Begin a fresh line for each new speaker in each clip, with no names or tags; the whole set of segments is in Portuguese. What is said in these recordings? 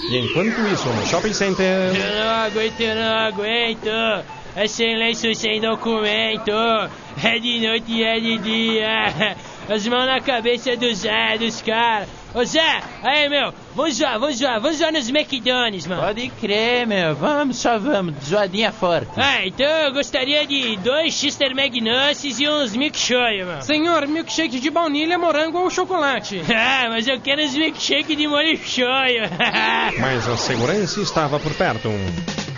E enquanto isso, no shopping center.
Eu não aguento, eu não aguento. É sem lenço, sem documento. É de noite e é de dia. As mãos na cabeça do Zé, dos caras. Ô Zé, aí meu, vamos zoar, vamos zoar, vamos zoar nos McDonald's, mano.
Pode crer, meu, vamos, só vamos, zoadinha forte.
Ah, então eu gostaria de dois Chester McNuggets e uns milkshake, mano.
Senhor, milkshake de baunilha, morango ou chocolate?
ah, mas eu quero uns milkshake de molho shoyu.
mas a segurança estava por perto.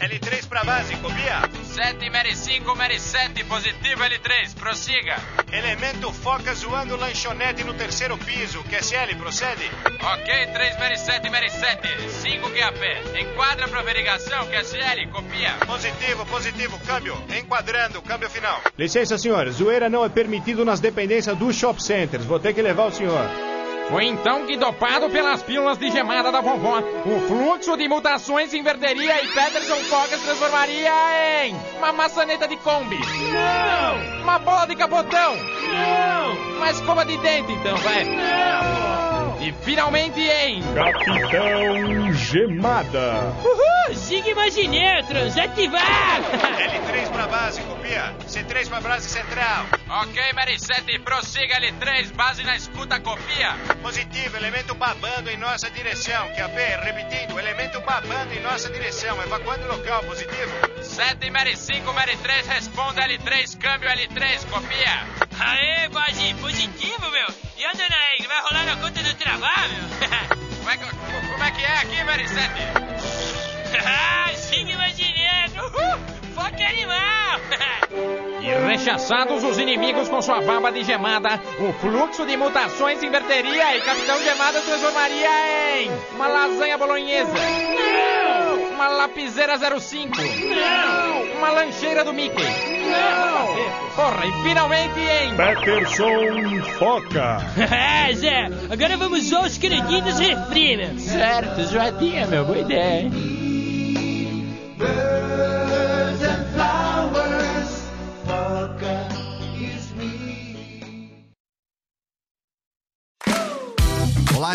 L3 pra base, copia.
7 Mary 7, positivo L3, prossiga.
Elemento foca zoando lanchonete no terceiro piso, QSL, procede.
Ok, 3 Mary 7, Mary 7, 5
é
QAP, enquadra pra verificação, QSL, copia.
Positivo, positivo, câmbio, enquadrando, câmbio final.
Licença, senhor, zoeira não é permitido nas dependências dos shop centers, vou ter que levar o senhor.
Foi então que, dopado pelas pílulas de gemada da vovó, o fluxo de mutações inverteria e Peterson Fox transformaria em uma maçaneta de Kombi.
Não!
Uma bola de capotão.
Não!
Uma escova de dente, então, vai.
Não!
E finalmente em...
Capitão Gemada.
Uhul! Sigma de Neutrons, ativar!
L3 pra base, copia. C3 pra base central.
Ok, Mary 7, prossiga L3, base na escuta, copia.
Positivo, elemento babando em nossa direção. QAP, repetindo, elemento babando em nossa direção. Evacuando o local, positivo.
7 Mary 5, Mary 3, responda L3, câmbio L3, copia.
Aê, base, positivo, meu. E anda na regra, vai rolar na conta do trabalho, meu.
Como é que, como é, que é aqui, Mary 7?
ah, Sigma de negro, uhul, foca animal.
E rechaçados os inimigos com sua baba de gemada, o fluxo de mutações inverteria e Capitão Gemada transformaria em uma lasanha bolonhesa.
Não!
Uma lapiseira 05.
Não!
Uma lancheira do Mickey.
Não!
Porra, e finalmente em.
Peterson Foca.
é, Zé, agora vamos usar os créditos refri, meu.
Certo, joadinha, meu, boa ideia, hein?
Olá,